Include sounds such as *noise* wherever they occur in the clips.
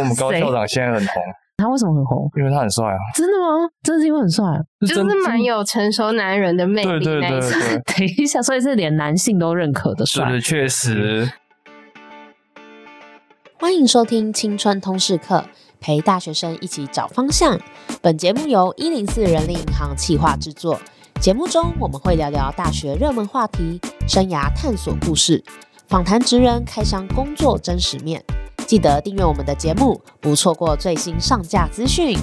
我们高校长现在很红，他为什么很红？因为他很帅啊，真的吗？真的是因为很帅啊？是就真是蛮有成熟男人的魅对力对那对一种。对， *laughs* 等一下，所以是连男性都认可的是帅的，。确实。欢迎收听《青春通识课》，陪大学生一起找方向。本节目由一零四人力银行企划制作。节目中我们会聊聊大学热门话题、生涯探索故事，访谈职人开箱工作真实面。记得订阅我们的节目，不错过最新上架资讯。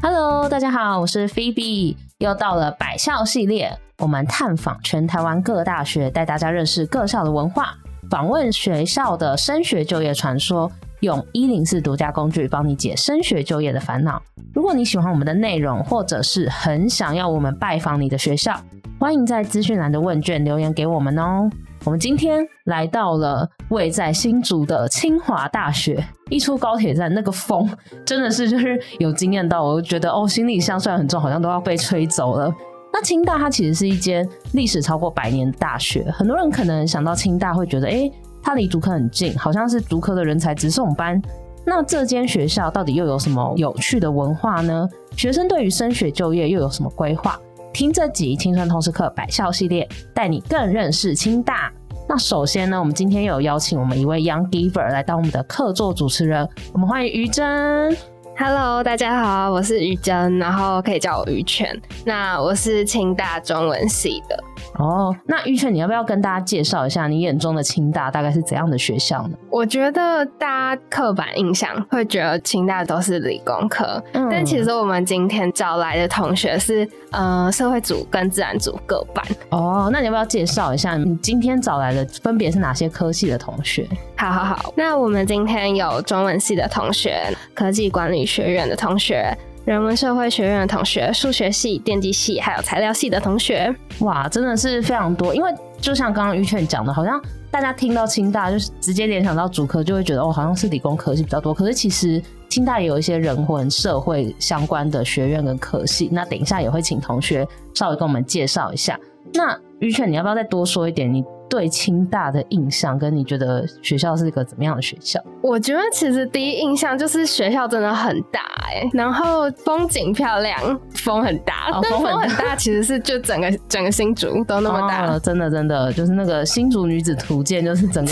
Hello，大家好，我是 Phoebe，又到了百校系列，我们探访全台湾各大学，带大家认识各校的文化，访问学校的升学就业传说，用一零四独家工具帮你解升学就业的烦恼。如果你喜欢我们的内容，或者是很想要我们拜访你的学校，欢迎在资讯栏的问卷留言给我们哦。我们今天来到了位在新竹的清华大学，一出高铁站，那个风真的是就是有惊艳到我，就觉得哦，行李箱虽然很重，好像都要被吹走了。那清大它其实是一间历史超过百年的大学，很多人可能想到清大会觉得，诶，它离竹科很近，好像是竹科的人才直送班。那这间学校到底又有什么有趣的文化呢？学生对于升学就业又有什么规划？听这集《青春通识课》百校系列，带你更认识清大。那首先呢，我们今天有邀请我们一位 Young Giver 来当我们的客座主持人，我们欢迎于真。 Hello，大家好，我是于真，然后可以叫我于全。那我是清大中文系的，哦，那于全，你要不要跟大家介绍一下你眼中的清大大概是怎样的学校呢？我觉得大家刻板印象会觉得清大都是理工科，嗯但其实我们今天找来的同学是呃社会组跟自然组各半。哦，那你要不要介绍一下你今天找来的分别是哪些科系的同学？好好好，那我们今天有中文系的同学、科技管理学院的同学、人文社会学院的同学、数学系、电机系还有材料系的同学。哇，真的是非常多，因为就像刚刚于全讲的，好像大家听到清大就是直接联想到主科，就会觉得哦，好像是理工科系比较多。可是其实清大也有一些人文、社会相关的学院跟科系。那等一下也会请同学稍微跟我们介绍一下。那于全，你要不要再多说一点你对清大的印象，跟你觉得学校是一个怎么样的学校？我觉得其实第一印象就是学校真的很大哎、然后风景漂亮，风很大，哦但风很风大很大其实是就整个整个新竹都那么大。哦真的真的，就是那个新竹女子图鉴，就是整个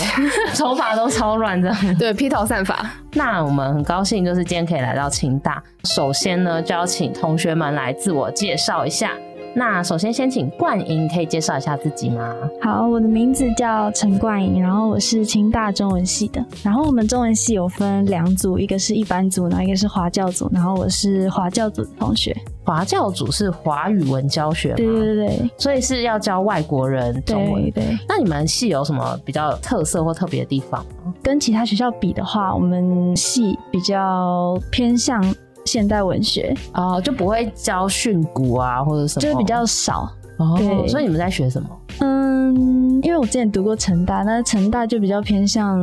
头发都超乱这样。对，披头散发。那我们很高兴，就是今天可以来到清大。首先呢，就要请同学们来自我介绍一下。那首先先请冠莹，可以介绍一下自己吗？好，我的名字叫陈冠莹，然后我是清大中文系的。然后我们中文系有分两组，一个是一般组，然后一个是华教组。然后我是华教组的同学。华教组是华语文教学对嘛，对对所以是要教外国人中对对文。对，那你们系有什么比较特色或特别的地方？跟其他学校比的话，我们系比较偏向现代文学，哦、就不会教训诂啊，或者什么，就是比较少。哦。对所以你们在学什么？嗯，因为我之前读过成大，那成大就比较偏向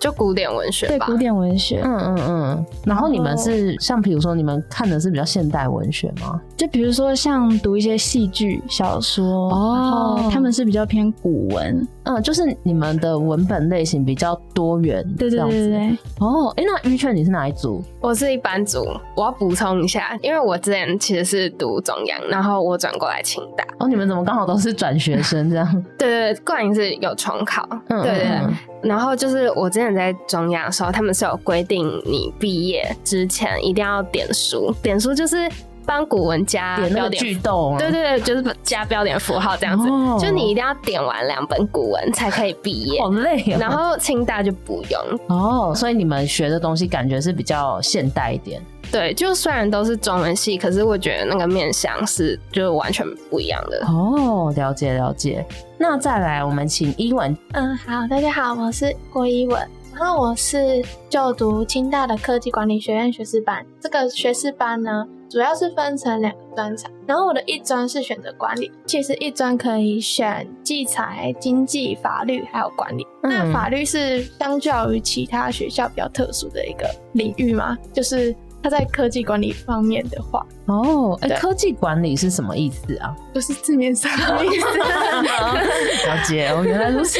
就古典文学对吧，古典文学。嗯嗯嗯。然后你们然后是像比如说你们看的是比较现代文学吗？就比如说像读一些戏剧、小说，哦然后他们是比较偏古文，嗯，就是你们的文本类型比较多元，对对这样对子对对，哦，哎、那于劝你是哪一组？我是一班组，我要补充一下，因为我之前其实是读中央，然后我转过来清大。哦，你们怎么刚好都是转学生这样？对对对，冠莹是有重考，嗯，对对嗯对。然后就是我之前在中央的时候，他们是有规定你毕业之前一定要点书，点书就是帮古文加点那标个点剧符，斗啊，对对对，就是加标点符号这样子，哦就你一定要点完两本古文才可以毕业好。累哦。然后清大就不用， *laughs* 哦，所以你们学的东西感觉是比较现代一点。对，就虽然都是中文系，可是我觉得那个面向是就完全不一样的。哦，了解了解。那再来，我们请伊文。嗯，好，大家好，我是郭一文，然后我是就读清大的科技管理学院学士班。这个学士班呢，主要是分成两个专场，然后我的一专是选择管理，其实一专可以选计财、经济、法律还有管理。嗯那法律是相较于其他学校比较特殊的一个领域嘛，就是他在科技管理方面的话，哦，哎、对科技管理是什么意思啊？就是字面上的意 *laughs* 思。了解哦，原来如此。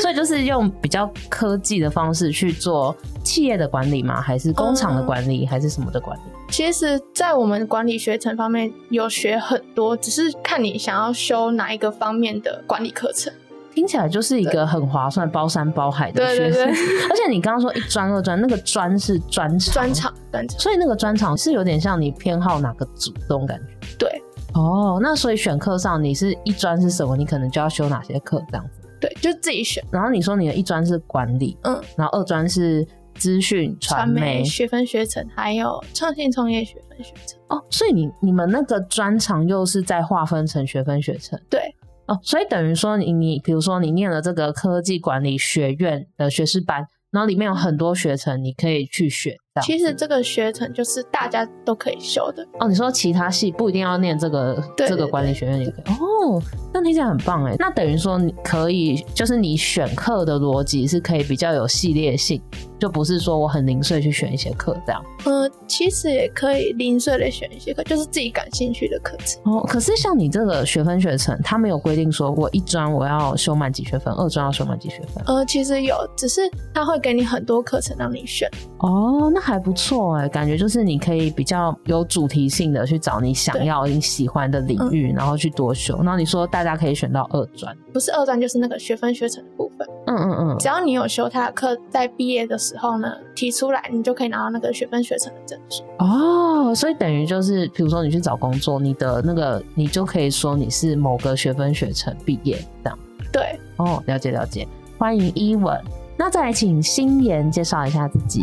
所以就是用比较科技的方式去做企业的管理吗？还是工厂的管理，还是什么的管理？其实，在我们管理学程方面有学很多，只是看你想要修哪一个方面的管理课程。听起来就是一个很划算、包山包海的对学对生。对， *laughs* 而且你刚刚说一专二专，那个专是专场，专，场专场。所以那个专场是有点像你偏好哪个组这种感觉。对。哦，那所以选课上你是一专是什么，你可能就要修哪些课这样子。对，就自己选然后你说你的一专是管理，嗯，然后二专是资讯传传媒媒，学分学程，还有创新创业学分学程。哦，所以你你们那个专长又是在划分成学分学程，对。哦，所以等于说你你比如说你念了这个科技管理学院的学士班，然后里面有很多学程你可以去选，这样其实这个学程就是大家都可以修的，哦，你说其他系不一定要念这个对这个对管理学院也可以哦，那听起来很棒哎。那等于说你可以，就是你选课的逻辑是可以比较有系列性，就不是说我很零碎去选一些课这样。嗯，其实也可以零碎的选一些课，就是自己感兴趣的课程。哦，可是像你这个学分学程，它没有规定说我一专我要修满几学分，二专要修满几学分。呃，其实有，只是他会给你很多课程让你选。哦，那还不错哎，感觉就是你可以比较有主题性的去找你想对要、你喜欢的领域，然后去多修。然后你说大家可以选到二专，不是二专就是那个学分学程的部分，嗯嗯嗯，只要你有修他的课，在毕业的时候呢提出来，你就可以拿到那个学分学程的证书。哦，所以等于就是，比如说你去找工作，你的那个你就可以说你是某个学分学程毕业这样。对，哦，了解了解，欢迎伊文。那再来请心妍介绍一下自己。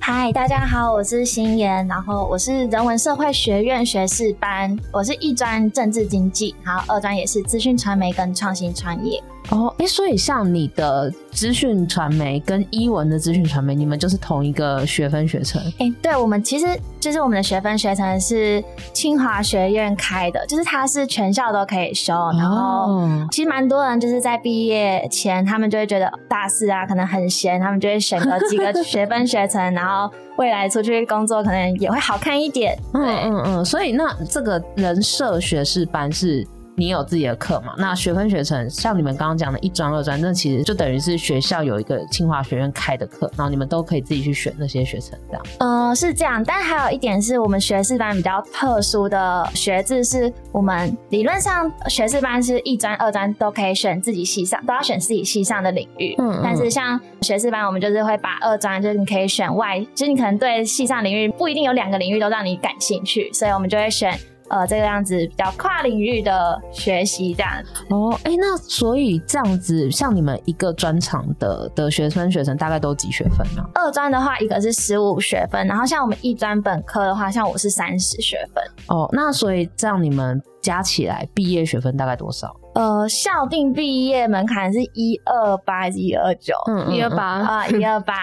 嗨，大家好，我是心妍，然后我是人文社会学院学士班，我是一专政治经济，然后二专也是资讯传媒跟创新创业。哦，哎，所以像你的资讯传媒跟伊文的资讯传媒，你们就是同一个学分学程嗯哎、对我们其实就是我们的学分学程是清华学院开的，就是它是全校都可以修，然后。哦其实蛮多人就是在毕业前，他们就会觉得大四啊，可能很闲，他们就会选个几个学分学程，然后未来出去工作可能也会好看一点。嗯对嗯嗯，所以那这个人社学士班是你有自己的课嘛？那学分学程像你们刚刚讲的一专二专，那其实就等于是学校有一个清华学院开的课，然后你们都可以自己去选那些学程这样。嗯，是这样，但还有一点是我们学士班比较特殊的学制，是我们理论上学士班是一专、二专都可以选自己系上，都要选自己系上的领域。嗯嗯但是像学士班，我们就是会把二专，就是你可以选外，就是你可能对系上领域不一定有两个领域都让你感兴趣，所以我们就会选呃这个样子比较跨领域的学习这样子。哦，哎、那所以这样子，像你们一个专场的的学生学程大概都几学分呢、二专的话，一个是十五学分，然后像我们一专本科的话，像我是三十学分。哦，那所以这样你们加起来毕业学分大概多少？呃，校定毕业门槛是一二八还是一二九？嗯一二。八，，啊，一二八。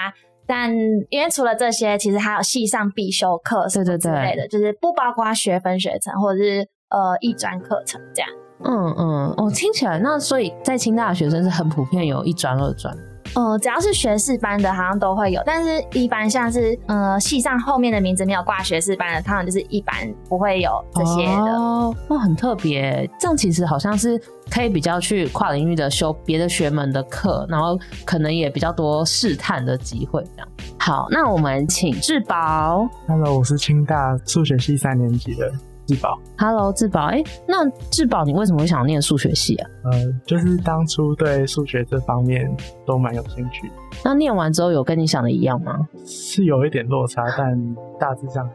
但因为除了这些，其实还有系上必修课什么对对之对类的，就是不包括学分学程或者是呃一专课程这样。嗯嗯，哦，听起来那所以在清大的学生是很普遍有一专二专。呃，只要是学士班的，好像都会有，但是一般像是呃系上后面的名字没有挂学士班的，通常就是一般不会有这些的。哦，哇，很特别。这样其实好像是可以比较去跨领域的修别的学门的课，然后可能也比较多试探的机会。这样好，那我们请志宝 Hello，我是清大数学系三年级的志宝。 ，Hello，志宝，哎、那志宝你为什么会想念数学系啊？呃，就是当初对数学这方面都蛮有兴趣，那念完之后有跟你想的一样吗？是有一点落差，但大致上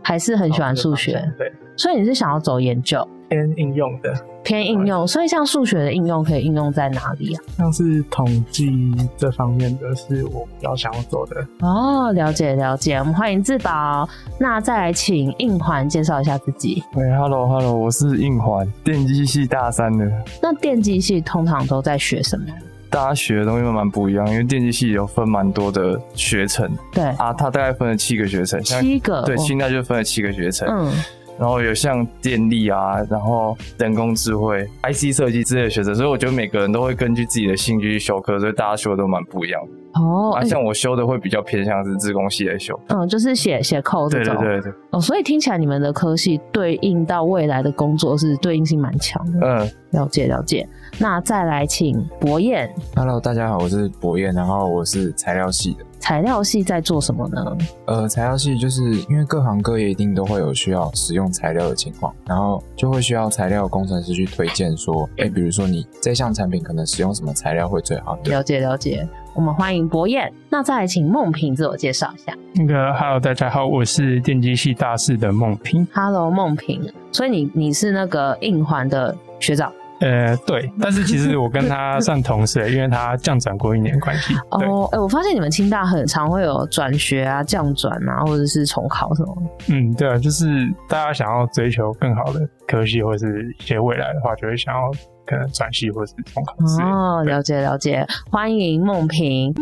还还是是很喜欢朝这数个学嗯哦方向对，所以你是想要走研究偏应用的，偏应用，所以像数学的应用可以应用在哪里啊？像是统计这方面的是我比较想要做的。哦，了解了解，我们欢迎志宝。那再来请应环介绍一下自己。喂，Hello Hello，我是应环，电机系大三的。那电机系通常都在学什么？大家学的东西都蛮不一样，因为电机系有分蛮多的学程对，啊，它大概分了七个学程，像七个。对哦清大就分了七个学程，嗯，然后有像电力啊，然后人工智慧、IC 设计之类的学生，所以我觉得每个人都会根据自己的兴趣去修课，所以大家修的都蛮不一样的。哦，啊，哎像我修的会比较偏向是自工系来修。嗯，就是写写扣这对种对对对，哦，所以听起来你们的科系对应到未来的工作是对应性蛮强的。嗯，了解了解。那再来请博彦， Hello，大家好，我是博彦，然后我是材料系的。材料系在做什么呢？呃，材料系就是因为各行各业一定都会有需要使用材料的情况，然后就会需要材料工程师去推荐说，哎，比如说你这项产品可能使用什么材料会最好。对，了解了解。我们欢迎博彦。那再来请梦萍自我介绍一下。那个，Hello，大家好，我是电机系大四的孟平。 Hello，梦萍。所以你你是那个应环的学长呃，对，但是其实我跟他算同事，因为他降转过一年关系。对，哦。哎、我发现你们清大很常会有转学啊、降转啊，或者是重考什么。嗯，对啊，就是大家想要追求更好的科系或是一些未来的话，就会想要可能转系或是重考之类的。哦，对了解了解，欢迎梦萍。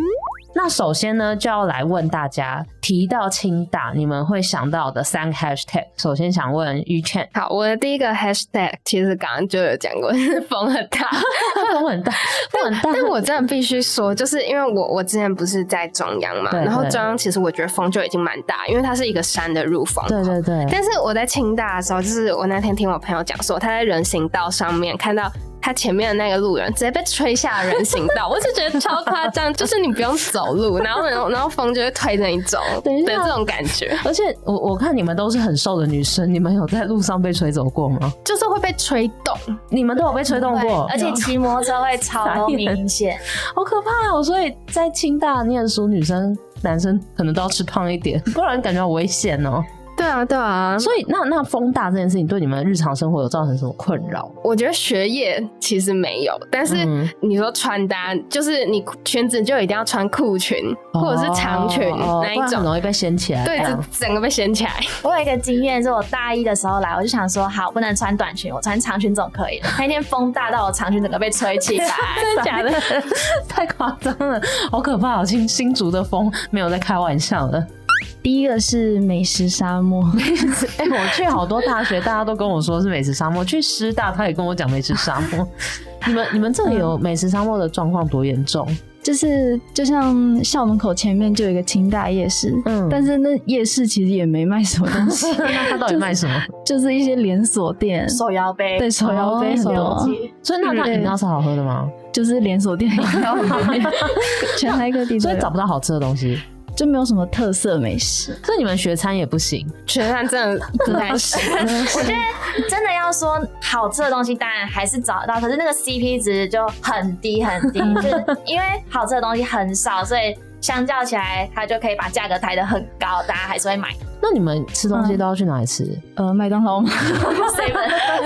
那首先呢，就要来问大家，提到清大，你们会想到的三个 hashtag。首先想问于倩好，我的第一个 hashtag 其实刚刚就有讲过， *laughs* 是风很大。 *laughs* 风很大，风很大。 *laughs* 但我真的必须说，就是因为我我之前不是在中央嘛，对然后对中央其实我觉得风就已经蛮大，因为它是一个山的入风口。对对对，但是我在清大的时候，就是我那天听我朋友讲说，他在人行道上面看到他前面的那个路人直接被吹下人行道，我就觉得超夸张，就是你不用走路，然后然后然后风就会推着你走的等一下这种感觉， *laughs* 而且我我看你们都是很瘦的女生，你们有在路上被吹走过吗？就是会被吹动。你们都有被吹动过，而且骑摩托车会 *laughs* 超明显，好可怕哦！所以在清大念书，女生男生可能都要吃胖一点，不然感觉好危险哦。 *laughs* 对啊，对啊，所以那那风大这件事情对你们日常生活有造成什么困扰？我觉得学业其实没有，但是嗯你说穿搭，就是你裙子就一定要穿裤裙或者是长裙哦那一不然种，很容易被掀起来。对，这整样整个被掀起来。 *laughs* 我有一个经验，是我大一的时候来，我就想说，好，不能穿短裙，我穿长裙总可以了。那天风大到我长裙整个被吹 *laughs* 起 *laughs* 来，真的假 *laughs* 的？ *laughs* 太夸张了，好可怕哦！新新竹的风没有在开玩笑的。第一个是美食沙漠， *laughs* 哎、我去好多大学，大家都跟我说是美食沙漠。去师大，他也跟我讲美食沙漠。你们你们这里嗯有美食沙漠的状况多严重？就是就像校门口前面就有一个清大夜市，嗯但是那夜市其实也没卖什么东西，那 *laughs* 他到底卖什么？就是一些连锁店，手摇杯，对手摇杯哦什么，所以那那饮料是好喝的吗？就是连锁店， *laughs* 全台各地都所以有找不到好吃的东西，就没有什么特色美食。所以你们学餐也不行。全然真的不太行，我觉得真的要说好吃的东西，当然还是找得到，可是那个 CP 值就很低很 *laughs* 低，就是因为好吃的东西很少，所以相较起来，它就可以把价格抬得很高，大家还是会 *laughs* 买。那你们吃东西都要去哪里吃？嗯呃，麦当劳吗？ *laughs*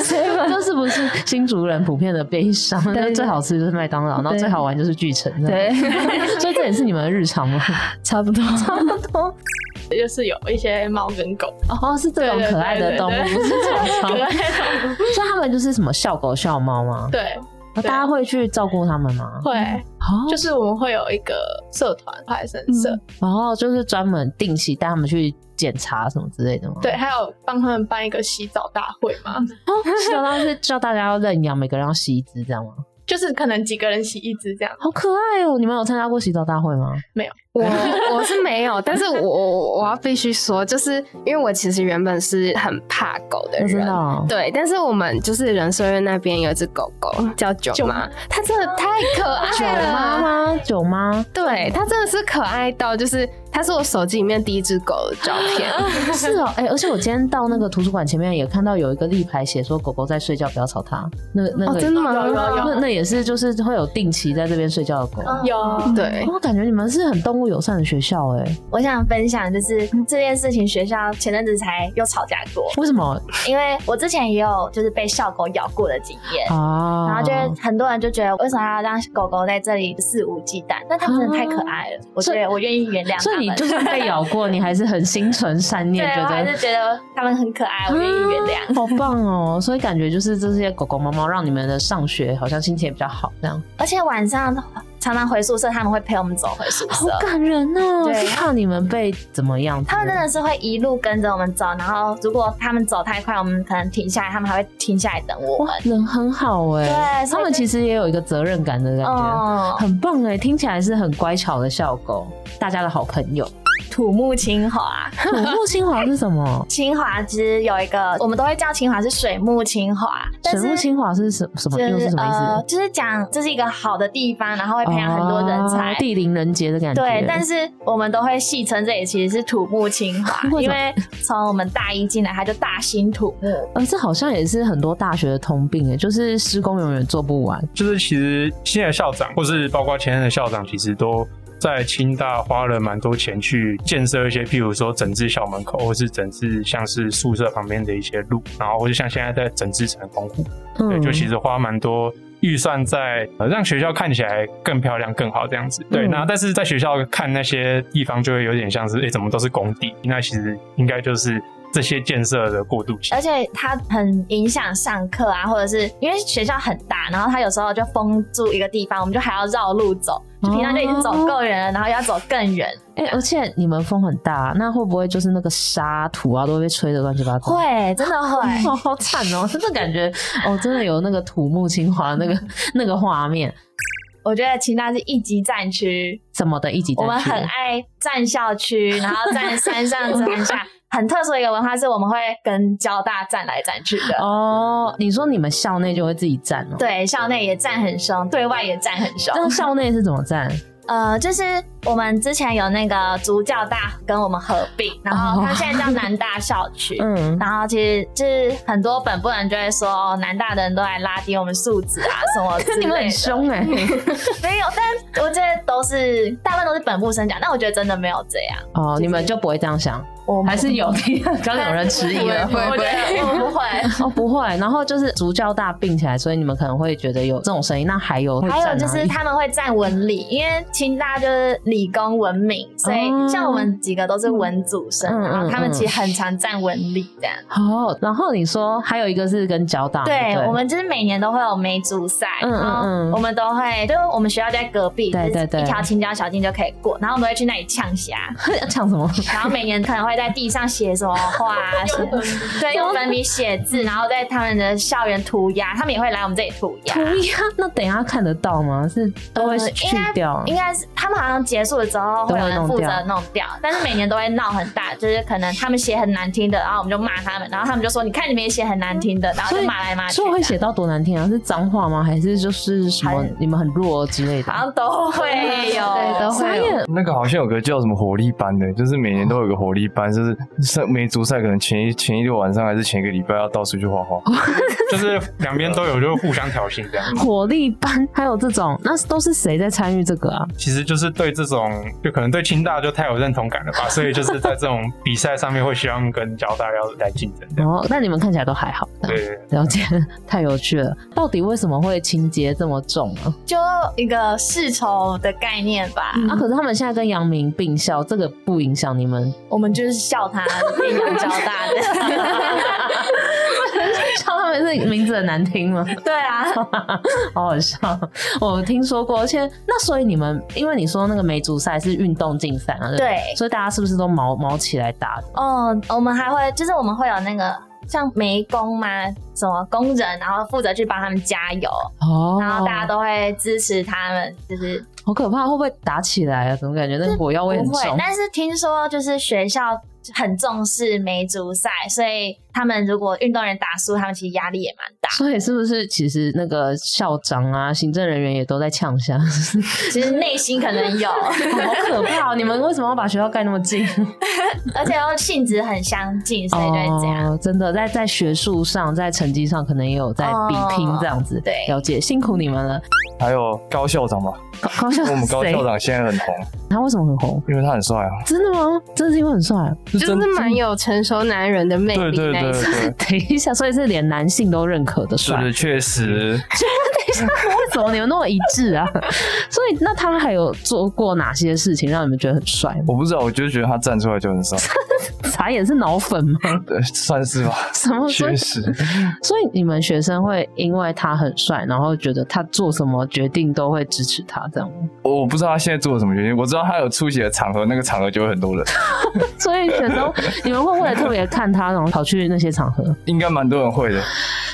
这是不是新竹人普遍的悲伤？对就是最好吃就是麦当劳，然后对最好玩就是巨城。对， *laughs* 所以这也是你们的日常吗？差不多。 *laughs* 就是有一些猫跟狗，哦，是这种可爱的动物，对对不是 *laughs* 草草可。爱动 *laughs* 物所以他们就是什么校狗、校猫 *laughs* 吗？对，大家会去照顾他们吗？会哦就是我们会有一个社团快生社，哦，就是专门定期带他们去检查什么之类的吗？对，，还有帮他们办一个洗澡大会嘛，哦，相当是叫大家要认养，每个人要洗一只，这样吗？就是可能几个人洗一只这样。好可爱哦！你们有参加过洗澡大会吗？ *laughs* 我我是没有，但是我我我要必须说，就是因为我其实原本是很怕狗的我知人。道，对，但是我们就是人社院那边有一只狗狗叫九妈，它真的太可九爱妈了。吗？九妈，对，它真的是可爱到，就是它是我手机里面第一只狗的照 *laughs* 片。是哦，哎、而且我今天到那个图书馆前面也看到有一个立牌写说狗狗在睡觉，不要吵它。那个那个、哦，真的吗？有有那那也是就是会有定期在这边睡觉的狗。嗯有对，我感觉你们是很动物友善的学校哎、我想分享就是这件事情，学校前阵子才又吵架过，为什么因为我之前也有就是被校狗咬过的经验。啊？然后就会很多人就觉得，为什么要让狗狗在这里肆无忌惮？但它真的太可啊爱了，我觉得我愿意原谅它所以们你就算被咬过，你还是很心存善 *laughs* 对，念，觉我还得啊是觉得它们很可爱，我愿意原谅。好棒哦。所以感觉就是这些狗狗、猫猫让你们的上学好像心情也比较好，这样。而且晚上常常回宿舍，他们会陪我们走回宿好舍。感人哦！对是怕你们被怎么样？他们真的是会一路跟着我们走，然后如果他们走太快，我们可能停下来，他们还会停下来等我们哇。，人很好哎、对所以他们就其实也有一个责任感的感觉，嗯，很棒哎、听起来是很乖巧的小狗，大家的好朋友。土木清华，土木清华是什么？清华之有一个，我们都会叫清华是水木清华， *laughs* 但水是木清华是什什么？又就是是什么意思？呃，就是讲这是一个好的地方，然后会培养很多人才。哦地灵人杰的感觉。对，但是我们都会戏称这里其实是土木清华 *laughs* 为，什因么为从我们大一进来，它就大兴土木。呃，这好像也是很多大学的通病诶，欸就是施工永远做不完。就是其实现在的校长，或是包括前任的校长，其实都在清大花了蛮多钱去建设一些，譬如说整治校门口，或是整治像是宿舍旁边的一些路，然后或是像现在在整治成功湖，对，嗯，就其实花蛮多。预算在、呃、让学校看起来更漂亮、更好这样子，对。嗯那但是在学校看那些地方，就会有点像是，哎、怎么都是工地？那其实应该就是这些建设的过渡期呃而。且它很影响上课啊，或者是因为学校很大，然后它有时候就封住一个地方，我们就还要绕路走，就平常就已经走哦够远了，然后要走更远，哎、而且你们风很大，啊那会不会就是那个沙土啊都会被吹得乱七八糟？会真的会。 *laughs* 哦，好惨哦！真的感觉哦，真的有那个土木清华那个那个画面，我觉得清大是一级战区，什么的一级战我们区很爱站校区，然后 *laughs* 站山上、站下。很特殊的一个文化是，我们会跟交大站来站去的。哦。你说你们校内就会自己站哦？。对，校内也站很凶，对外也站很凶。那校内是怎么站？呃，就是我们之前有那个竹教大跟我们合并，然后它现在叫南大校区。哦 *laughs* 嗯，然后其实就是很多本部人就会说，哦南大的人都来拉低我们素质啊什么之类的。你们很 *laughs* 凶哎、没有，但我觉得都是大部分都是本部生讲，但我觉得真的没有这样。哦，你们就不会这样想，我还是有 *laughs* 的。刚刚有人迟疑了，我觉得我不会。 *laughs* 哦，不会。然后就是足教大并起来，所以你们可能会觉得有这种声音。那还有会还有站就哪是里他们会站文理，因为清大就是理工文明，所以哦像我们几个都是文组生，嗯嗯然后他嗯们其实很常站文理这样。哦，然后你说还有一个是跟交大，对不，我们就是每年都会有美组赛，嗯然后嗯嗯我们都会，就是我们学校就在隔壁，对就是对对一条青椒小径就可以过，然后我们会去那里呛虾， *laughs* 唱什么？然后每年可能会在地上写什么话 *laughs* 啊，写对，用粉笔写字，然后在他们的校园涂鸦，他们也会来我们这里涂鸦涂。鸦？那等一下看得到吗？是都会呃去掉？应该是他们好像结束了之后会有人负责弄掉，但是每年都会闹很大，就是可能他们写很难听的，然后我们就骂他们，然后他们就说你看你们也写很难听的，然后所就以骂来骂去所以的，会写到多难听啊？是脏话吗？还是就是什么很你们很弱之类的好？像都会有，对都会傻眼那个好像有个叫什么活力班的，就是每年都有个活力班，就是上每组赛可能前一前一个晚上还是前一个礼拜要到处去画哦 *laughs* 画。就是两边都有，就互相挑衅这样。火力班还有这种，那都是谁在参与这个啊？其实就是对这种，就可能对清大就太有认同感了吧，所以就是在这种比赛上面会希望跟交大要来竞争这样。哦，那你们看起来都还好。对，了解，太有趣了。到底为什么会情节这么重啊？就一个世仇的概念吧。嗯啊，可是他们现在跟杨明并校，这个不影响你们。我们就是笑他变阳交大的， *laughs* 笑他们是名字很难听吗？对啊， *laughs* 好好笑，我听说过。而且那所以你们，因为你说那个梅竹赛是运动竞赛啊，不对，所以大家是不是都毛毛起来打的？哦，我们还会就是我们会有那个像煤工嘛，什么工人，然后负责去帮他们加油，哦然后大家都会支持他们，就是好可怕，会不会打起来啊？怎么感觉那个火药不味很会。重？但是听说就是学校很重视梅竹赛，所以他们如果运动员打输，他们其实压力也蛮 *laughs* 大。所以是不是其实那个校长啊、行政人员也都在呛下？其实内心可能有，好可怕、哦！你们为什么要把学校盖那么近？ *laughs* 而且又性质很相近，所以就会这样。哦、真的，在在学术上，在成绩上，可能也有在比拼这样子。哦对了解，辛苦你们了。还有高校长吧，高高校我们高谁校长现在很红，他为什么很红？因为他很帅啊，真的吗？真的是因为很帅啊、就就是蛮有成熟男人的魅对力对那对 *laughs* 一种。对。等一下，所以是连男性都认可的帅 *laughs* 是。的，确实，等一下，为什么你们那么一致啊？ *laughs* 所以那他还有做过哪些事情让你们觉得很帅吗？我不知道，我就觉得他站出来就很帅，傻眼是脑粉吗？对，算是吧，什么确实。所以你们学生会因为他很帅，然后觉得他做什么决定都会支持他这样吗？我不知道他现在做了什么决定，我知道他有出席的场合，那个场合就会 *laughs* 很多人，所以学 *laughs* 生你们会为了特别看他，然后跑去那些场合？应该蛮多人会的。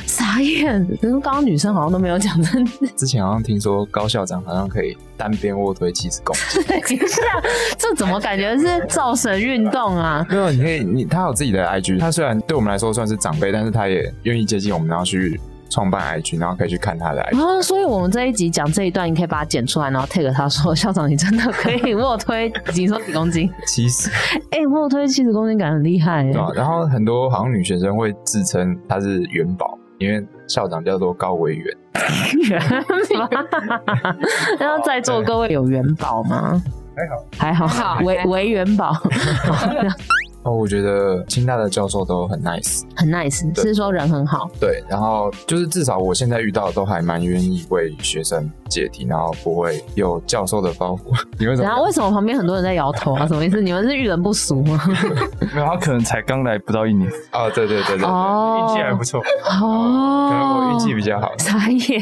傻眼，可是刚刚女生好像都没有讲真之前好像听说高校长好像可以单边卧推七十公斤，等一下， *laughs* 这怎么感觉是造神 *laughs* 运动啊？没有，你可以，你他有自己的 IG，他虽然对我们来说算是长辈，但是他也愿意接近我们，然后去创办 IG，然后可以去看他的 IG。啊，所以我们这一集讲这一段，你可以把它剪出来，然后 take 他说：“ *laughs* 校长，你真的可以卧推，你说几公斤？其实，哎、卧推七十公斤，感觉很厉害耶欸对。吧？啊然后很多好像女学生会自称她是元宝，因为校长叫做高维元。元 *laughs* 宝，然后在座各位有元宝吗？还好，还好，为为元 *laughs* 宝，哦，我觉得清大的教授都很 nice，很 nice，是说人很好。对，然后就是至少我现在遇到的都还蛮愿意为学生解题，然后不会有教授的包袱。你为什然后么？为什么旁边很多人在摇头啊？什么意思？你们是遇人不淑 *laughs* 吗？ *laughs* 没有，他可能才刚来不到一年，哦，对对对对，哦，运气还不错。哦，可能我运气比较好。傻眼，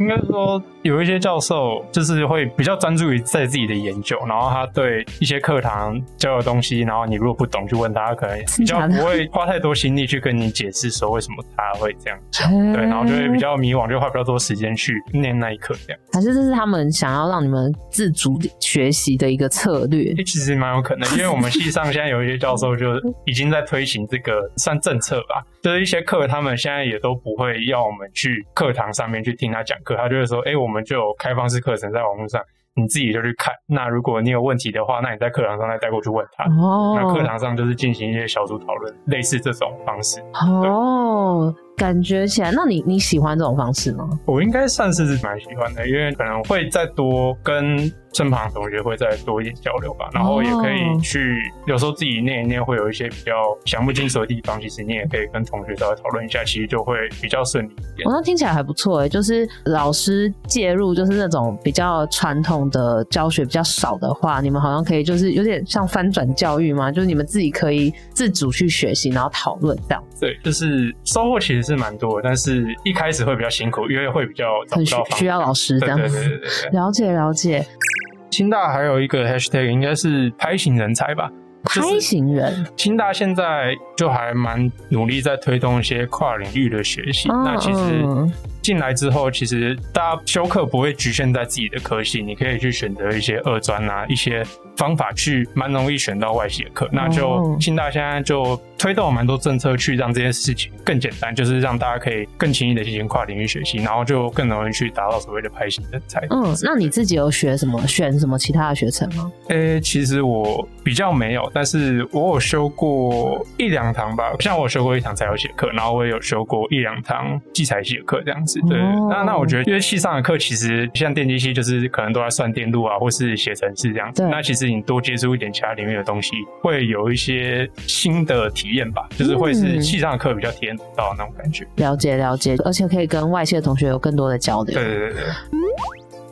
应该说有一些教授就是会比较专注于在自己的研究，然后他对一些课堂教的东西，然后你如果不懂去问他，他可能比较不会花太多心力去跟你解释说为什么他会这样讲，对，然后就会比较迷惘，就花比较多时间去念那一课这样。还是这是他们想要让你们自主学习的一个策略欸其实蛮有可能，因为我们系上现在有一些教授就已经在推行这个算政策吧，就是一些课他们现在也都不会要我们去课堂上面去听他讲课，他就会说，哎、我们就有开放式课程在网络上，你自己就去看。那如果你有问题的话，那你在课堂上再带过去问他。那课哦堂上就是进行一些小组讨论，类似这种方式， *laughs* 哦，感觉起来，那你你喜欢这种方式吗？我应该算是蛮喜欢的，因为可能会再多跟身旁同学会再多一点交流哦吧，然后也可以去，有时候自己念一念，会有一些比较想不清楚的地方，其实你也可以跟同学稍微讨论一下，其实就会比较顺利一点哦，。那听起来还不错哎，就是老师介入，就是那种比较传统的教学比较少的话，你们好像可以就是有点像翻转教育嘛，就是你们自己可以自主去学习，然后讨论这样，对，就是收获其实是蛮多的，但是一开始会比较辛苦，因为会比较找很不需到方需要老师这对样对。对对对对。了解了解，清大还有一个 hashtag 应该是拍型人才吧。就是拍型人清大现在就还蛮努力在推动一些跨领域的学习。嗯那其实嗯进来之后，其实大家修课不会局限在自己的科系，你可以去选择一些二专啊，一些方法去蛮容易选到外系的课。那就哦清大现在就推动了蛮多政策去让这件事情更简单，就是让大家可以更轻易的进行跨领域学习，然后就更容易去达到所谓的拍型人才。嗯，那你自己有学什么选什么其他的学程吗？诶、其实我比较没有，但是我有修过一两堂吧，像我有修过一堂材料系的课，然后我也有修过一两堂器材系的课，这样子。对，哦那那我觉得，因为系上的课其实像电机系，就是可能都在算电路啊，或是写程式这样子。对那其实你多接触一点其他领域的东西，会有一些新的体验吧，就是会是嗯系上的课比较体验得到的那种感觉。了解了解，而且可以跟外界的同学有更多的交流。对对对对。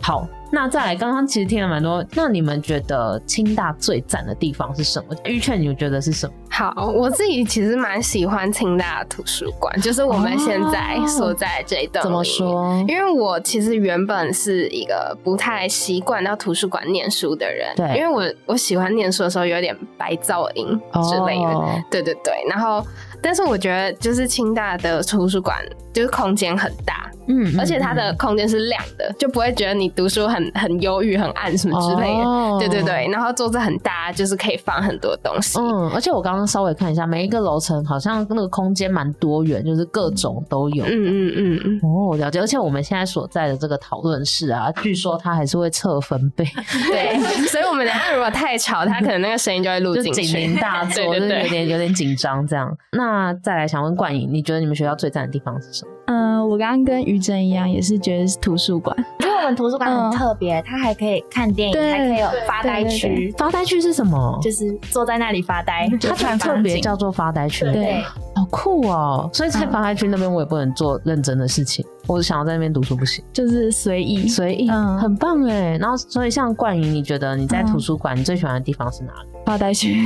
好，那再来，刚刚其实听了蛮多，那你们觉得清大最赞的地方是什么？玉倩，你觉得是什么？好，我自己其实蛮喜欢清大的图书馆，就是我们现在哦所在这一栋。怎么？说？因为我其实原本是一个不太习惯到图书馆念书的人，对因为我我喜欢念书的时候有点白噪音之类的，哦对对对。然后，但是我觉得就是清大的图书馆就是空间很大，嗯而且它的空间是亮的，就不会觉得你读书很很忧郁、很暗什么之类的。哦对对对，然后桌子很大，就是可以放很多东西。嗯，而且我刚刚稍微看一下，每一个楼层好像那个空间蛮多元，就是各种都有。嗯嗯嗯哦，了解。而且我们现在所在的这个讨论室啊，据说它还是会测分 *laughs* 贝，嗯，对， *laughs* 所以我们等一下如果太吵，它可能那个 *laughs* 声音就会录就进警去铃。大作， *laughs* 对对就是对有点有点紧张这样。那再来想问冠颖，你觉得你们学校最赞的地方是什么？嗯，我刚刚跟于真一样，也是觉得是图书馆。嗯因为我们图书馆很特别，它还可以看电影，对还可以有发呆对区，发呆区是 *laughs* 什么？就是坐在那里发呆，哦嗯它就是很特风别景叫做发呆区，对，好酷哦！所以在嗯发呆区那边，我也不能做认真的事情。我想要在那边读书不行，就是随意。所以、嗯很棒哎。然后所以像冠莹，你觉得你在嗯图书馆你最喜欢的地方是哪里？发呆 *laughs* 区，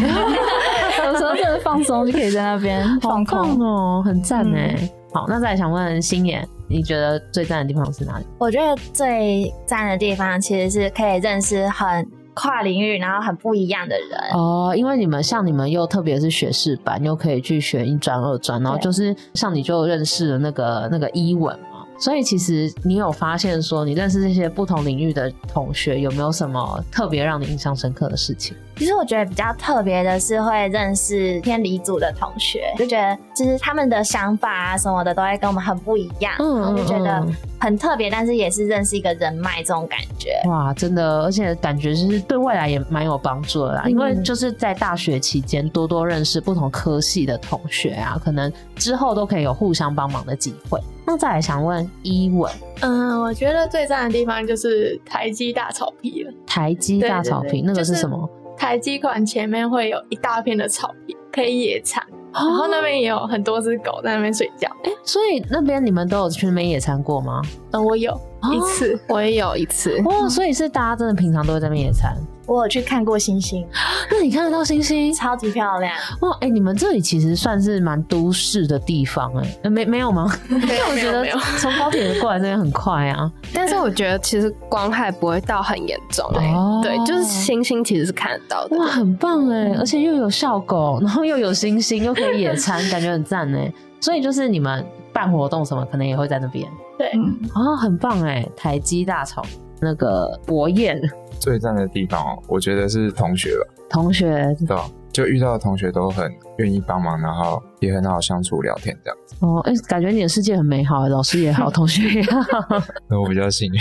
有时候真的放松就可以在那边放棒空。嗯哦，很赞哎。好，那再来想问星野，你觉得最赞的地方是哪里？我觉得最赞的地方其实是可以认识很跨领域，然后很不一样的人。哦，因为你们像你们又特别是学士班，又可以去学一专、二专，然后对就是像你就认识了那个那个伊文嘛，所以其实你有发现说，你认识这些不同领域的同学，有没有什么特别让你印象深刻的事情？其实我觉得比较特别的是会认识偏离组的同学，就觉得就是他们的想法啊什么的都会跟我们很不一样，嗯然后就觉得嗯嗯很特别，但是也是认识一个人脉这种感觉。哇，真的，而且感觉就是对未来也蛮有帮助的啦。因为就是在大学期间多多认识不同科系的同学啊，可能之后都可以有互相帮忙的机会。那再来想问伊文，嗯，我觉得最赞的地方就是台积大草皮了。台积对大对草对坪那个就是什么？台积馆前面会有一大片的草皮，可以野餐，哦哦然后那边也有很多只狗在那边睡觉。所以那边你们都有去那边野餐过吗？嗯，我有一次，我也有一次，哦，所以是大家真的平常都会在那边野餐。我有去看过星星， *gasps* 那你看得到星星？超级漂亮。哇，哎、你们这里其实算是蛮都市的地方哎、呃没没有吗？ *laughs* 因为我觉得没有没有从高铁过来这边很快啊。但是我觉得其实光害不会到很严重哎、哦对，就是星星其实是看得到的哇，。很棒哎、而且又有校狗， *laughs* 然后又有星星，又可以野餐，感觉很赞哎、 *laughs* 所以就是你们办活动什么，可能也会在那边。对嗯哦，很棒哎、台积大草那个博彦 *laughs* 最赞的地方、哦，我觉得是同学吧，同学对吧？就遇到的同学都很愿意帮忙，然后也很好相处聊天这样。哦，哎、感觉你的世界很美好、欸，老师也 *laughs* 好，同学也好。 *laughs* *laughs* 那我比较幸运，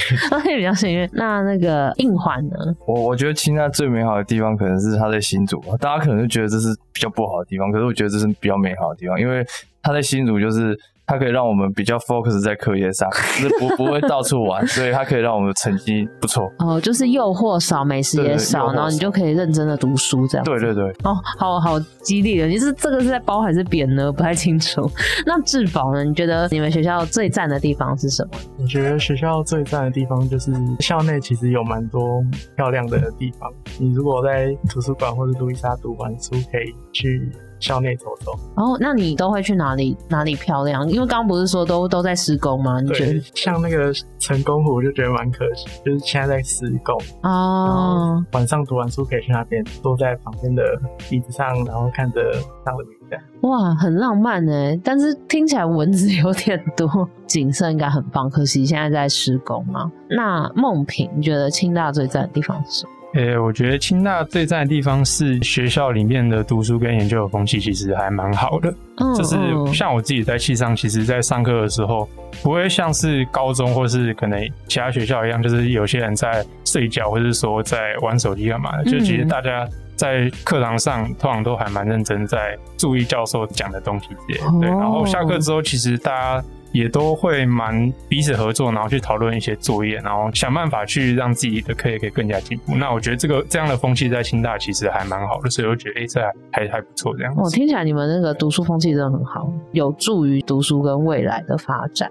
也比较幸运。那那个硬环呢？我我觉得清大最美好的地方可能是它在新竹吧，大家可能就觉得这是比较不好的地方，可是我觉得这是比较美好的地方，因为它在新竹就是它可以让我们比较 focus 在课业上，就是不不会到处玩，所以它可以让我们成绩不错。哦，就是诱惑少，美食也对诱少，惑然后你少就可以认真的读书这样。对对对，哦，好好激励人！你是这个是在包还是扁呢？不太清楚。那志宝呢？你觉得你们学校最赞的地方是什么？我觉得学校最赞的地方就是校内其实有蛮多漂亮的地方。你如果在图书馆或者路易莎读完书，可以去校内走走。然、后，哦那你都会去哪里？哪里漂亮？因为刚刚不是说都都在施工吗？你觉对得，像那个成功湖，我就觉得蛮可惜，就是现在在施工。哦哦，，晚上读完书可以去那边，坐在旁边的椅子上，然后看着上的云的。哇，很浪漫呢。但是听起来蚊子有点多，景色应该很棒。可惜现在在施工嘛。那梦萍，你觉得清大最赞的地方是什么？诶、我觉得清大最赞的地方是学校里面的读书跟研究的风气，其实还蛮好的。嗯就是嗯像我自己在系上，其实在上课的时候，不会像是高中或是可能其他学校一样，就是有些人在睡觉，或是说在玩手机干嘛的。就其实嗯大家在课堂上通常都还蛮认真，在注意教授讲的东西之类的。对，哦然后下课之后，其实大家。也都会蛮彼此合作，然后去讨论一些作业，然后想办法去让自己的课业可以更加进步。那我觉得这个这样的风气在清大其实还蛮好的，所以我觉得哎、诶这还还还不错这样子。我哦听起来你们那个读书风气真的很好，有助于读书跟未来的发展。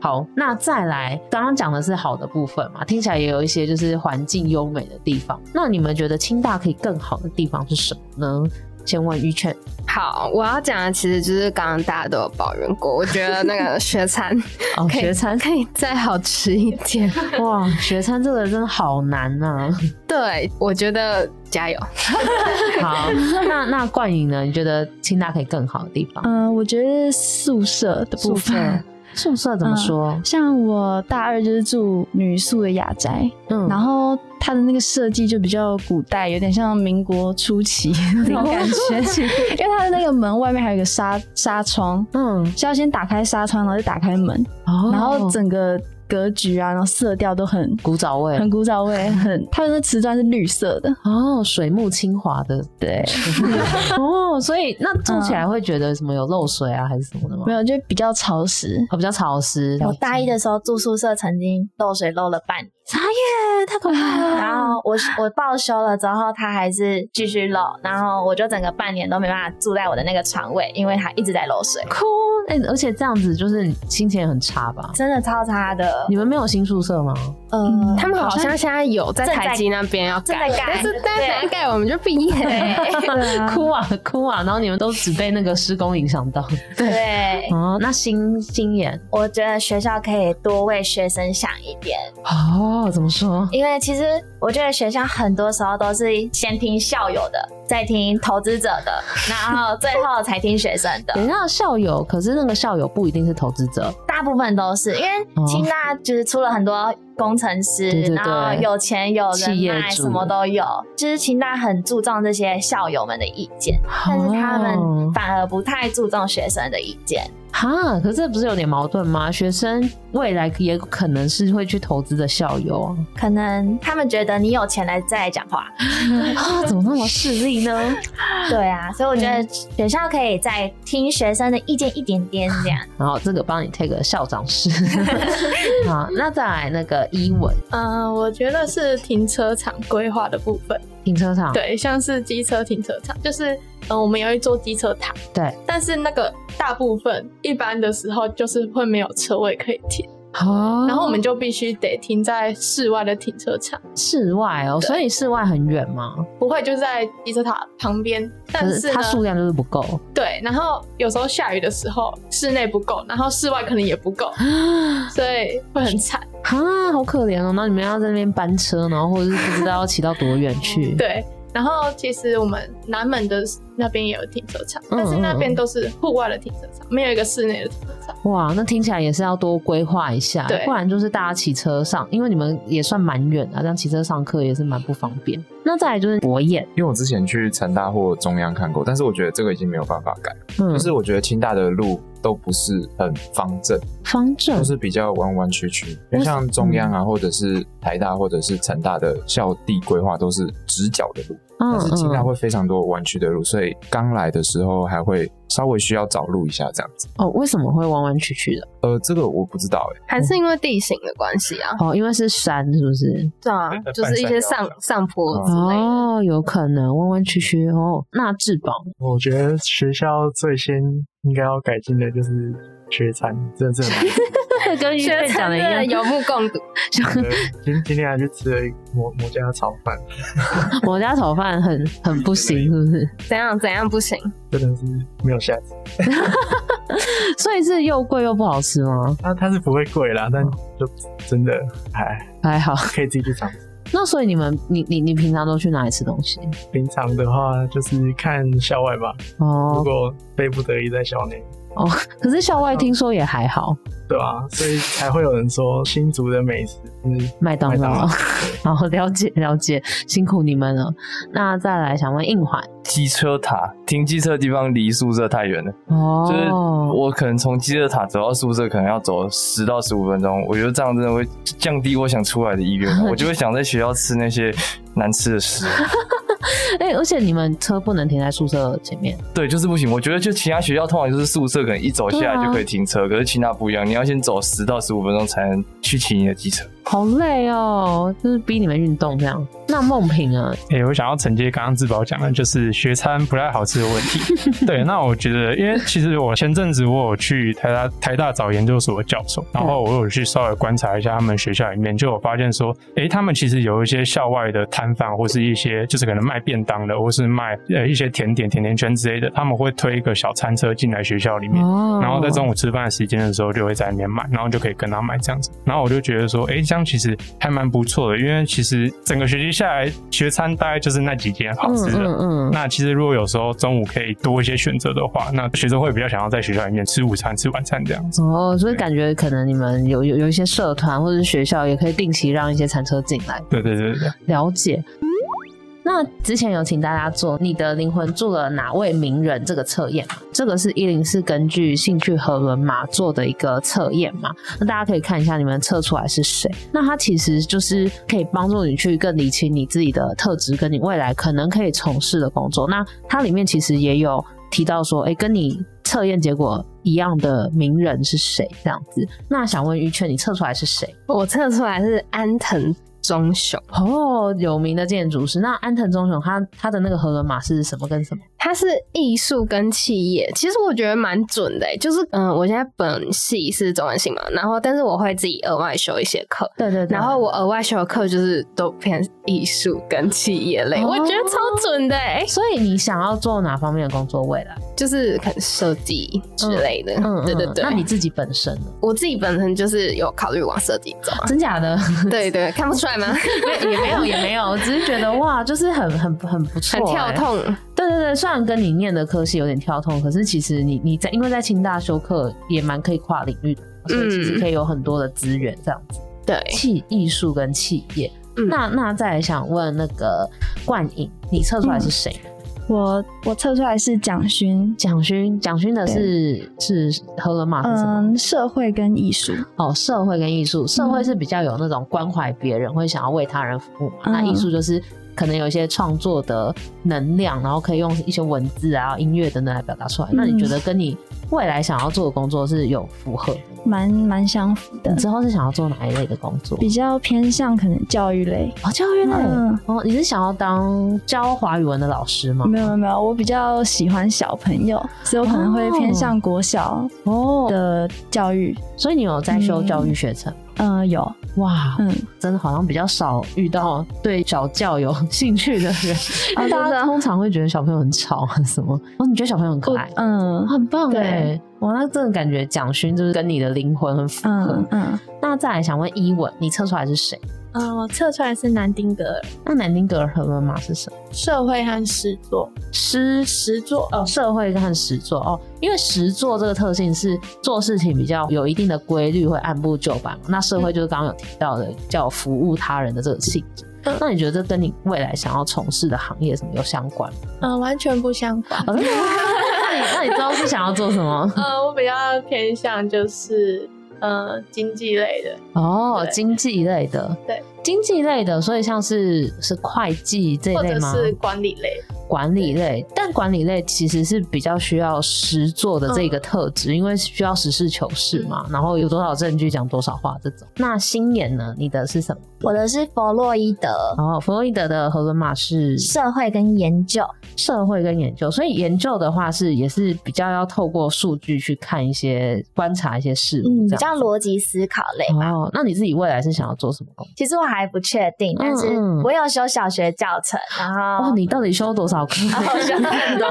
好，那再来，刚刚讲的是好的部分嘛，听起来也有一些就是环境优美的地方。那你们觉得清大可以更好的地方是什么呢？先问于劝，好，我要讲的其实就是刚刚大家都有抱怨过，我觉得那个学餐 *laughs* 哦，可以学餐，可以再好吃一点。 *laughs* 哇，学餐这个真的好难啊呐、对，我觉得加油。 *laughs* *laughs* 好，那那冠颖呢？你觉得清大可以更好的地方？嗯，我觉得宿舍的部宿舍分，嗯宿舍怎么说？像我大二就是住女宿的雅宅，嗯，然后它的那个设计就比较古代，有点像民国初期那种感哦觉，因为它的那个门外面还有一个纱纱窗，嗯，是要先打开纱窗，然后再打开门，哦然后整个格局啊，然后色调都很古早味很古早味， *laughs* 很它的那瓷砖是绿色的，哦，水木清华的对， *laughs* 哦，所以那住起来会觉得什么有漏水啊，还是什么的吗嗯没？有就比较潮湿，哦，比较潮湿。我大一的时候住宿舍，曾经漏水漏了半年，啥耶，太可怕了。然后我我报修了之后，它还是继续漏，然后我就整个半年都没办法住在我的那个床位，因为它一直在漏水。哭哎、而且这样子就是你心情也很差吧？真的超差的。你们没有新宿舍吗？嗯，他们好像现在有在正在台积那边要正改，在改但是但是对等下盖我们就毕业了。对啊， *laughs* 哭啊哭啊！然后你们都只被那个施工影响到。对，哦，那新新演我觉得学校可以多为学生想一点，哦，怎么说？因为其实我觉得学校很多时候都是先听校友的，再听投资者的，然后最后才听学生的。 *laughs* 等一下校友，可是那个校友不一定是投资者，大部分都是因哦为清大就是出了很多工程师，对对对然后有钱有企业人脉，主什么都有。就是清大很注重这些校友们的意见，但是他哦们反而不太注重学生的意见。哈，可是这不是有点矛盾吗？学生未来也可能是会去投资的校友啊，可能他们觉得你有钱来再来讲 *laughs* 话，啊，怎么那么势利呢？ *laughs* 对啊，所以我觉得学校可以再听学生的意见一点点这样。然后这个帮你 take 个校长 *laughs* 室好，那再来那个伊文嗯、我觉得是停车场规划的部分。停车场，对，像是机车停车场，就是嗯，我们有一座机车塔，对，但是那个大部分一般的时候就是会没有车位可以停，哦然后我们就必须得停在室外的停车场，室外哦，所以室外很远吗？不会就在机车塔旁边。但可是它呢，数量就是不够，对，然后有时候下雨的时候室内不够，然后室外可能也不 *gasps* 够， *sighs* 所以会很惨。，哈，好可怜哦。那你们要在那边搬车，然后或者是不知道要骑到多远去 *laughs* 对，然后其实我们南门的那边也有停车场，嗯但是那嗯边嗯都是户外的停车场，没有一个室内的停车场。哇，那听起来也是要多规划一下，对不然就是大家骑车上，因为你们也算蛮远啊，这样骑车上课也是蛮不方便。那再来就是博彦，因为我之前去成大或中央看过，但是我觉得这个已经没有办法改。嗯，就是我觉得清大的路都不是很方正，方正都，是比较弯弯曲曲，为什像中央啊，或者是台大或者是成大的校地规划都是直角的路，嗯但是清大嗯会非常多弯曲的路，所以刚来的时候还会稍微需要找路一下这样子。哦，为什么会弯弯曲曲的？呃，这个我不知道哎、还是因为地形的关系啊，哦，因为是山，是不是？对啊那个，就是一些半山上腰上坡之 *laughs* 类的。哦，有可能弯弯曲曲哦。那质保我觉得学校最先应该要改进的就是学餐，真的是很难跟学院生讲的一真的样，有目共睹， *laughs* 的。今今天还去吃了一某某家炒饭， *laughs* 我家炒饭很很不行，是不是？怎样怎样不行？真的是没有下次。 *laughs* 所以是又贵又不好吃吗？它它是不会贵啦，但就真的哎，还好。可以自己去尝试。那所以你们，你你你平常都去哪里吃东西？平常的话就是看校外吧，如哦果非不得已在校内，哦，可是校外听说也还好，对吧、所以才会有人说新竹的美食是麦当麦当劳劳。 *laughs* 好，了解了解，辛苦你们了。那再来想问应环机车塔停机车的地方离宿舍太远了，哦，就是我可能从机车塔走到宿舍，可能要走十到十五分钟。我觉得这样真的会降低我想出来的 *laughs* 意愿，我就会想在学校吃那些难吃的食物。 *laughs* 哎、而且你们车不能停在宿舍前面，对，就是不行。我觉得就其他学校通常就是宿舍，可能一走下对啊来就可以停车，可是清大不一样，你要先走十到十五分钟才能去骑你的机车。好累哦，就是逼你们运动这样。那梦萍啊，诶、我想要承接刚刚志宝讲的，就是学餐不太好吃的问题。 *laughs* 对，那我觉得，因为其实我前阵子我有去台大台大找研究所的教授，然后我有去稍微观察一下他们学校里面，就有发现说，诶、他们其实有一些校外的摊贩，或是一些就是可能卖便当的，或是卖呃一些甜点、甜甜圈之类的，他们会推一个小餐车进来学校里面，哦然后在中午吃饭的时间的时候就会在那边买，然后就可以跟他买这样子。然后我就觉得说，哎，这样其实还蛮不错的，因为其实整个学期下来，学餐大概就是那几间好吃的。嗯嗯那其实如果有时候中午可以多一些选择的话，那学生会比较想要在学校里面吃午餐、吃晚餐这样子。嗯，哦，所以感觉可能你们有有有一些社团或者是学校也可以定期让一些餐车进来， *laughs* 对对对对对。了解。那之前有请大家做你的灵魂住了哪位名人这个测验嘛？这个是一零四根据兴趣和轮码做的一个测验嘛？那大家可以看一下你们测出来是谁。那它其实就是可以帮助你去更理清你自己的特质跟你未来可能可以从事的工作。那它里面其实也有提到说，哎、跟你测验结果一样的名人是谁这样子。那想问于劝你测出来是谁？我测出来是安藤忠雄。哦，有名的建筑师。那安藤忠雄他他的那个荷轮马是什么跟什么？它是艺术跟企业，其实我觉得蛮准的欸、就是嗯，我现在本系是中文系嘛，然后但是我会自己额外修一些课，对对对。然后我额外修的课就是都偏艺术跟企业类，哦我觉得超准的、欸，所以你想要做哪方面的工作？未来？就是可能设计之类的，嗯，嗯对对嗯对。那你自己本身呢？我自己本身就是有考虑往设计走啊，真假的？对对，看不出来吗？也 *laughs* 没有，也没有，只是觉得哇，就是很很很不错、很跳欸。痛，对对对，虽然跟你念的科系有点跳痛，可是其实你你在因为在清大修课也蛮可以跨领域的，所以其实嗯可以有很多的资源这样子。对，企艺术跟企业。嗯那那再来想问那个冠颖，你测出来是谁？嗯我我测出来是蒋勋，蒋勋，蒋勋的是是荷伦马是什么？嗯，社会跟艺术，嗯哦，社会跟艺术，社会是比较有那种关怀别人，会想要为他人服务嘛。嗯那艺术就是可能有一些创作的能量，然后可以用一些文字啊、音乐等等来表达出来。那你嗯觉得跟你未来想要做的工作是有符合的吗？蛮蛮相符的你，之后是想要做哪一类的工作？比较偏向可能教育类。哦，教育类。嗯哦，你是想要当教华语文的老师吗？没有没有没有，我比较喜欢小朋友，所以我可能会偏向国小哦，的教育。所以你有在修教育学程？嗯、有，哇，嗯，真的好像比较少遇到对小教有兴趣的 *laughs* 人，因为大家通常会觉得小朋友很吵啊什么。哦，你觉得小朋友很可哦我爱，嗯很棒对哎！哇，那真的感觉蒋勋就是跟你的灵魂很符合嗯。嗯，那再来想问伊文，你测出来是谁？嗯，我测出来是南丁格尔，那南丁格尔和文马是什么？社会和诗作，诗诗作哦，社会和实作哦，因为实作这个特性是做事情比较有一定的规律，会按部就班嘛。那社会就是刚刚有提到的，叫服务他人的这个性质。嗯那你觉得这跟你未来想要从事的行业什么有相关吗？嗯，完全不相关。哦真的吗那你那你知道是想要做 *laughs* 什么？嗯，我比较偏向就是呃经济类的，哦，对经济类的，对，经济类的，所以像是是会计这一或类者吗？是管理类。管理类，但管理类其实是比较需要实做的这个特质，嗯因为需要实事求是嘛，然后有多少证据讲多少话这种。那心眼呢？你的是什么？我的是弗洛伊德然后弗洛伊德的荷伦马是社会跟研究，社会跟研究，所以研究的话是也是比较要透过数据去看一些观察一些事物，嗯，这比样较逻辑思考类。哦，那你自己未来是想要做什么工作？其实我还不确定，但是嗯我有修小学教程，然后哦，你到底修多 *laughs* 少课？然后修了很 *laughs* 多，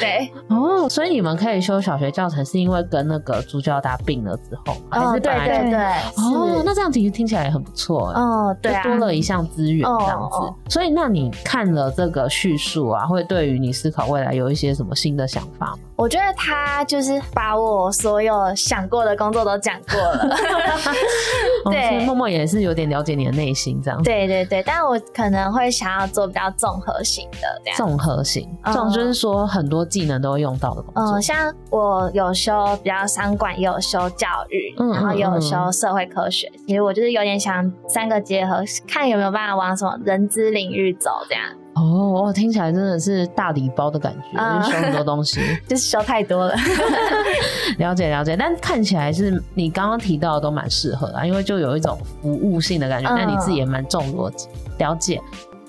对，哦，所以你们可以修小学教程，是因为跟那个助教他病了之后吗，还哦，是对本来就对对，哦，是，那这样其实听起来也很不错哎，哦，对啊就，多了一项资源哦这样子。哦所以，那你看了这个叙述啊，会对于你思考未来有一些什么新的想法吗？我觉得他就是把我所有想过的工作都讲过 *laughs* 了，哦对所以默默也是有点了解你的内心这样。，对对对，但我可能会想要做比较综合型的这样。综合型，嗯这种就是说很多技能都会用到的工作嗯，。像我有修比较商管，也有修教育，嗯然后也有嗯修社会科学。其实我就是有点想三个结合，看有没有办法往什么人资领域走，这样哦，哇，听起来真的是大礼包的感觉，嗯就是修很多 *laughs* 东西。就是修太多了。了解了解，但看起来是你刚刚提到的都蛮适合的，因为就有一种服务性的感觉，嗯但你自己也蛮重逻辑。了解。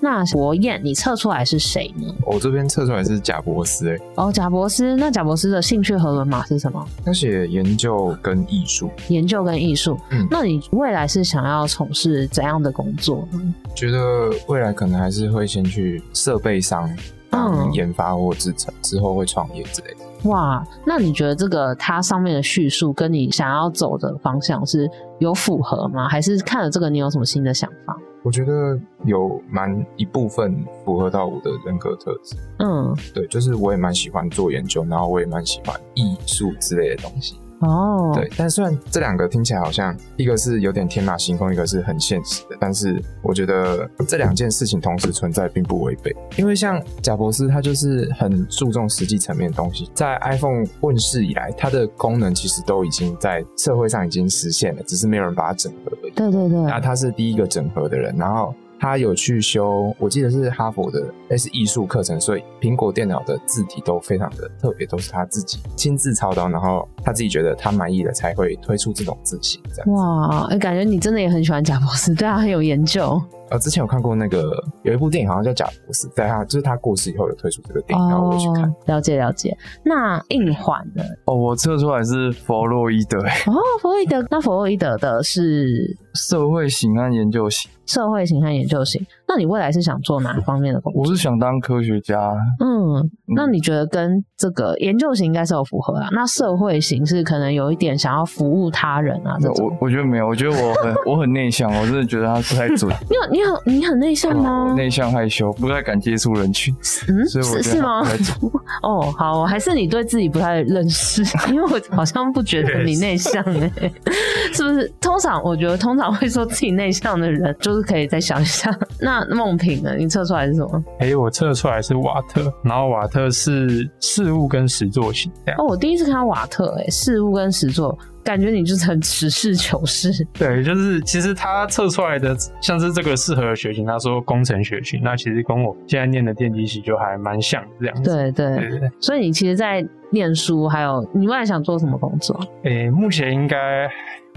那国燕，你测出来是谁呢？我这边测出来是贾博斯、欸，哦，贾博斯。那贾博斯的兴趣和轮马是什么？他写研究跟艺术，研究跟艺术。嗯那你未来是想要从事怎样的工作呢？觉得未来可能还是会先去设备商当嗯研发或制成，之后会创业之类的。哇，那你觉得这个它上面的叙述跟你想要走的方向是有符合吗？还是看了这个你有什么新的想法？我觉得有蛮一部分符合到我的人格特质，嗯，对，就是我也蛮喜欢做研究，然后我也蛮喜欢艺术之类的东西。哦，对，但虽然这两个听起来好像一个是有点天马行空，一个是很现实的，但是我觉得这两件事情同时存在并不违背。因为像贾博斯，他就是很注重实际层面的东西，在 iPhone 问世以来，它的功能其实都已经在社会上已经实现了，只是没有人把它整合而已。对对对，那他是第一个整合的人，然后他有去修，我记得是哈佛的类似艺术课程，所以苹果电脑的字体都非常的特别，都是他自己亲自操刀，然后他自己觉得他满意了才会推出这种字型这样。哇，哎感觉你真的也很喜欢贾博士，对他啊很有研究呃，之前有看过那个有一部电影，好像叫《贾博士》，在他就是他过世以后有推出这个电影，然后我有去看。。哦了解了解。那硬缓 *laughs* 的哦，我测出来是弗洛伊德、欸，哦，弗洛伊德，那弗洛伊德的是社会型和研究型。社会型和研究型。那你未来是想做哪方面的工作？我是想当科学家，嗯，那你觉得跟这个研究型应该是有符合啊？那社会型是可能有一点想要服务他人啊这种我。我觉得没有，我觉得我很我很内向，我真的觉得他不太准， *laughs* 你有你很你很内向吗？内向害羞，不太敢接触人群，嗯，所以我是觉是得吗他不太准。 *laughs* *laughs* 哦，好，还是你对自己不太认识，因为我好像不觉得你内向哎、 *laughs* 是不是？通常我觉得通常会说自己内向的人，就是可以再想一下。 *laughs* 那梦萍呢？你测出来是什么？哎、我测出来是瓦特，然后瓦特是事物跟实作型这样。哦，我第一次看到瓦特哎、事物跟实作，感觉你就是很实事求是。对，就是其实他测出来的像是这个适合的学型，他说工程学型，那其实跟我现在念的电机系就还蛮像的这样子。对对，对对对。所以你其实，在念书，还有你未来想做什么工作？诶、目前应该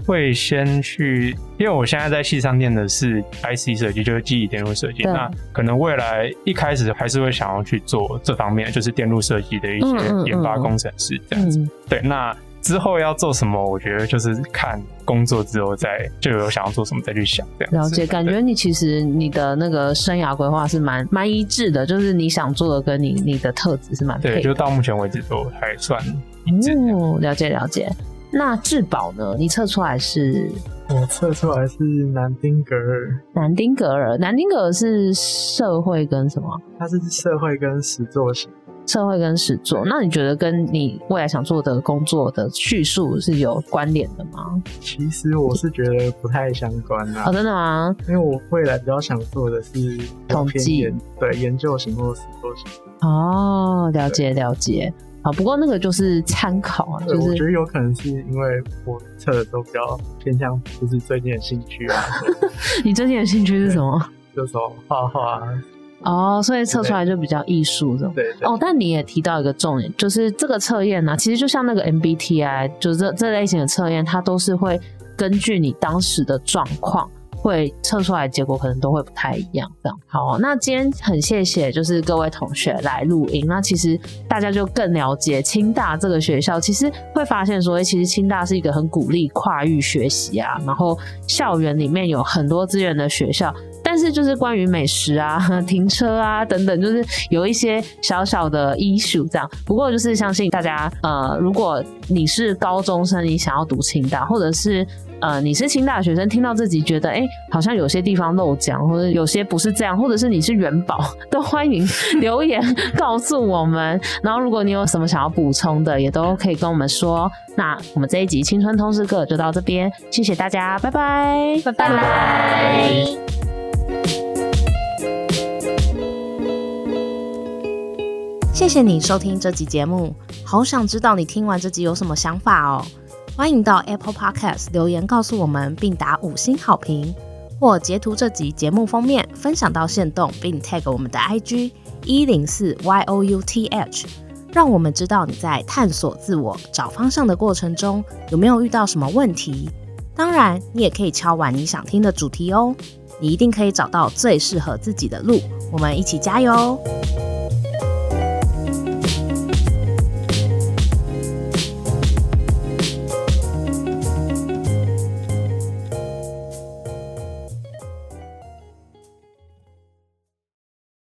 会先去，因为我现在在系上念的是 IC 设计，就是记忆电路设计。对那可能未来一开始还是会想要去做这方面，就是电路设计的一些嗯嗯研发嗯工程师这样子。嗯，对，那之后要做什么，我觉得就是看工作之后再就有想要做什么再去想这样了子。解。感觉你其实你的那个生涯规划是蛮蛮一致的，就是你想做的跟你你的特质是蛮对，配就的。到目前为止都还算这样哦，了解了解。那质保呢？你测出来是我测出来是南丁格尔，南丁格尔，南丁格尔是社会跟什么？他是社会跟实作型。社会跟实作。那你觉得跟你未来想做的工作的叙述是有关联的吗？其实我是觉得不太相关啦、哦，真的吗？因为我未来比较想做的是统偏计研对研究型或实作型。哦，了解了解。好，不过那个就是参考啊，对，就我觉是得有可能是因为我测的都比较偏向就是最近的兴趣啊， *laughs* 你最近的兴趣是什么？这种画画啊，哦，所以测出来就比较艺术这种。对对。哦，但你也提到一个重点，就是这个测验呢、啊其实就像那个 MBTI，就是这这类型的测验，它都是会根据你当时的状况，会测出来的结果可能都会不太一样。这样好，那今天很谢谢就是各位同学来录音，那其实大家就更了解清大这个学校，其实会发现说，诶其实清大是一个很鼓励跨域学习啊，然后校园里面有很多资源的学校。但是就是关于美食啊、 *laughs* 停车啊等等，就是有一些小小的 issue 这样。不过就是相信大家，呃，如果你是高中生，你想要读清大，或者是呃你是清大学生，听到自己觉得哎、诶好像有些地方漏讲，或者有些不是这样，或者是你是元宝， *laughs* 都欢迎留言告诉我们。然后如果你有什么想要补充的，也都可以跟我们说。那我们这一集青春通识课就到这边，谢谢大家，拜拜，拜拜。谢谢你收听这集节目，好想知道你听完这集有什么想法哦。欢迎到 Apple Podcast 留言告诉我们，并打五星好评，或截图这集节目封面分享到线动，并 tag 我们的 IG 一零四 youth，让我们知道你在探索自我、找方向的过程中有没有遇到什么问题。当然，你也可以敲完你想听的主题哦，你一定可以找到最适合自己的路。我们一起加油哦！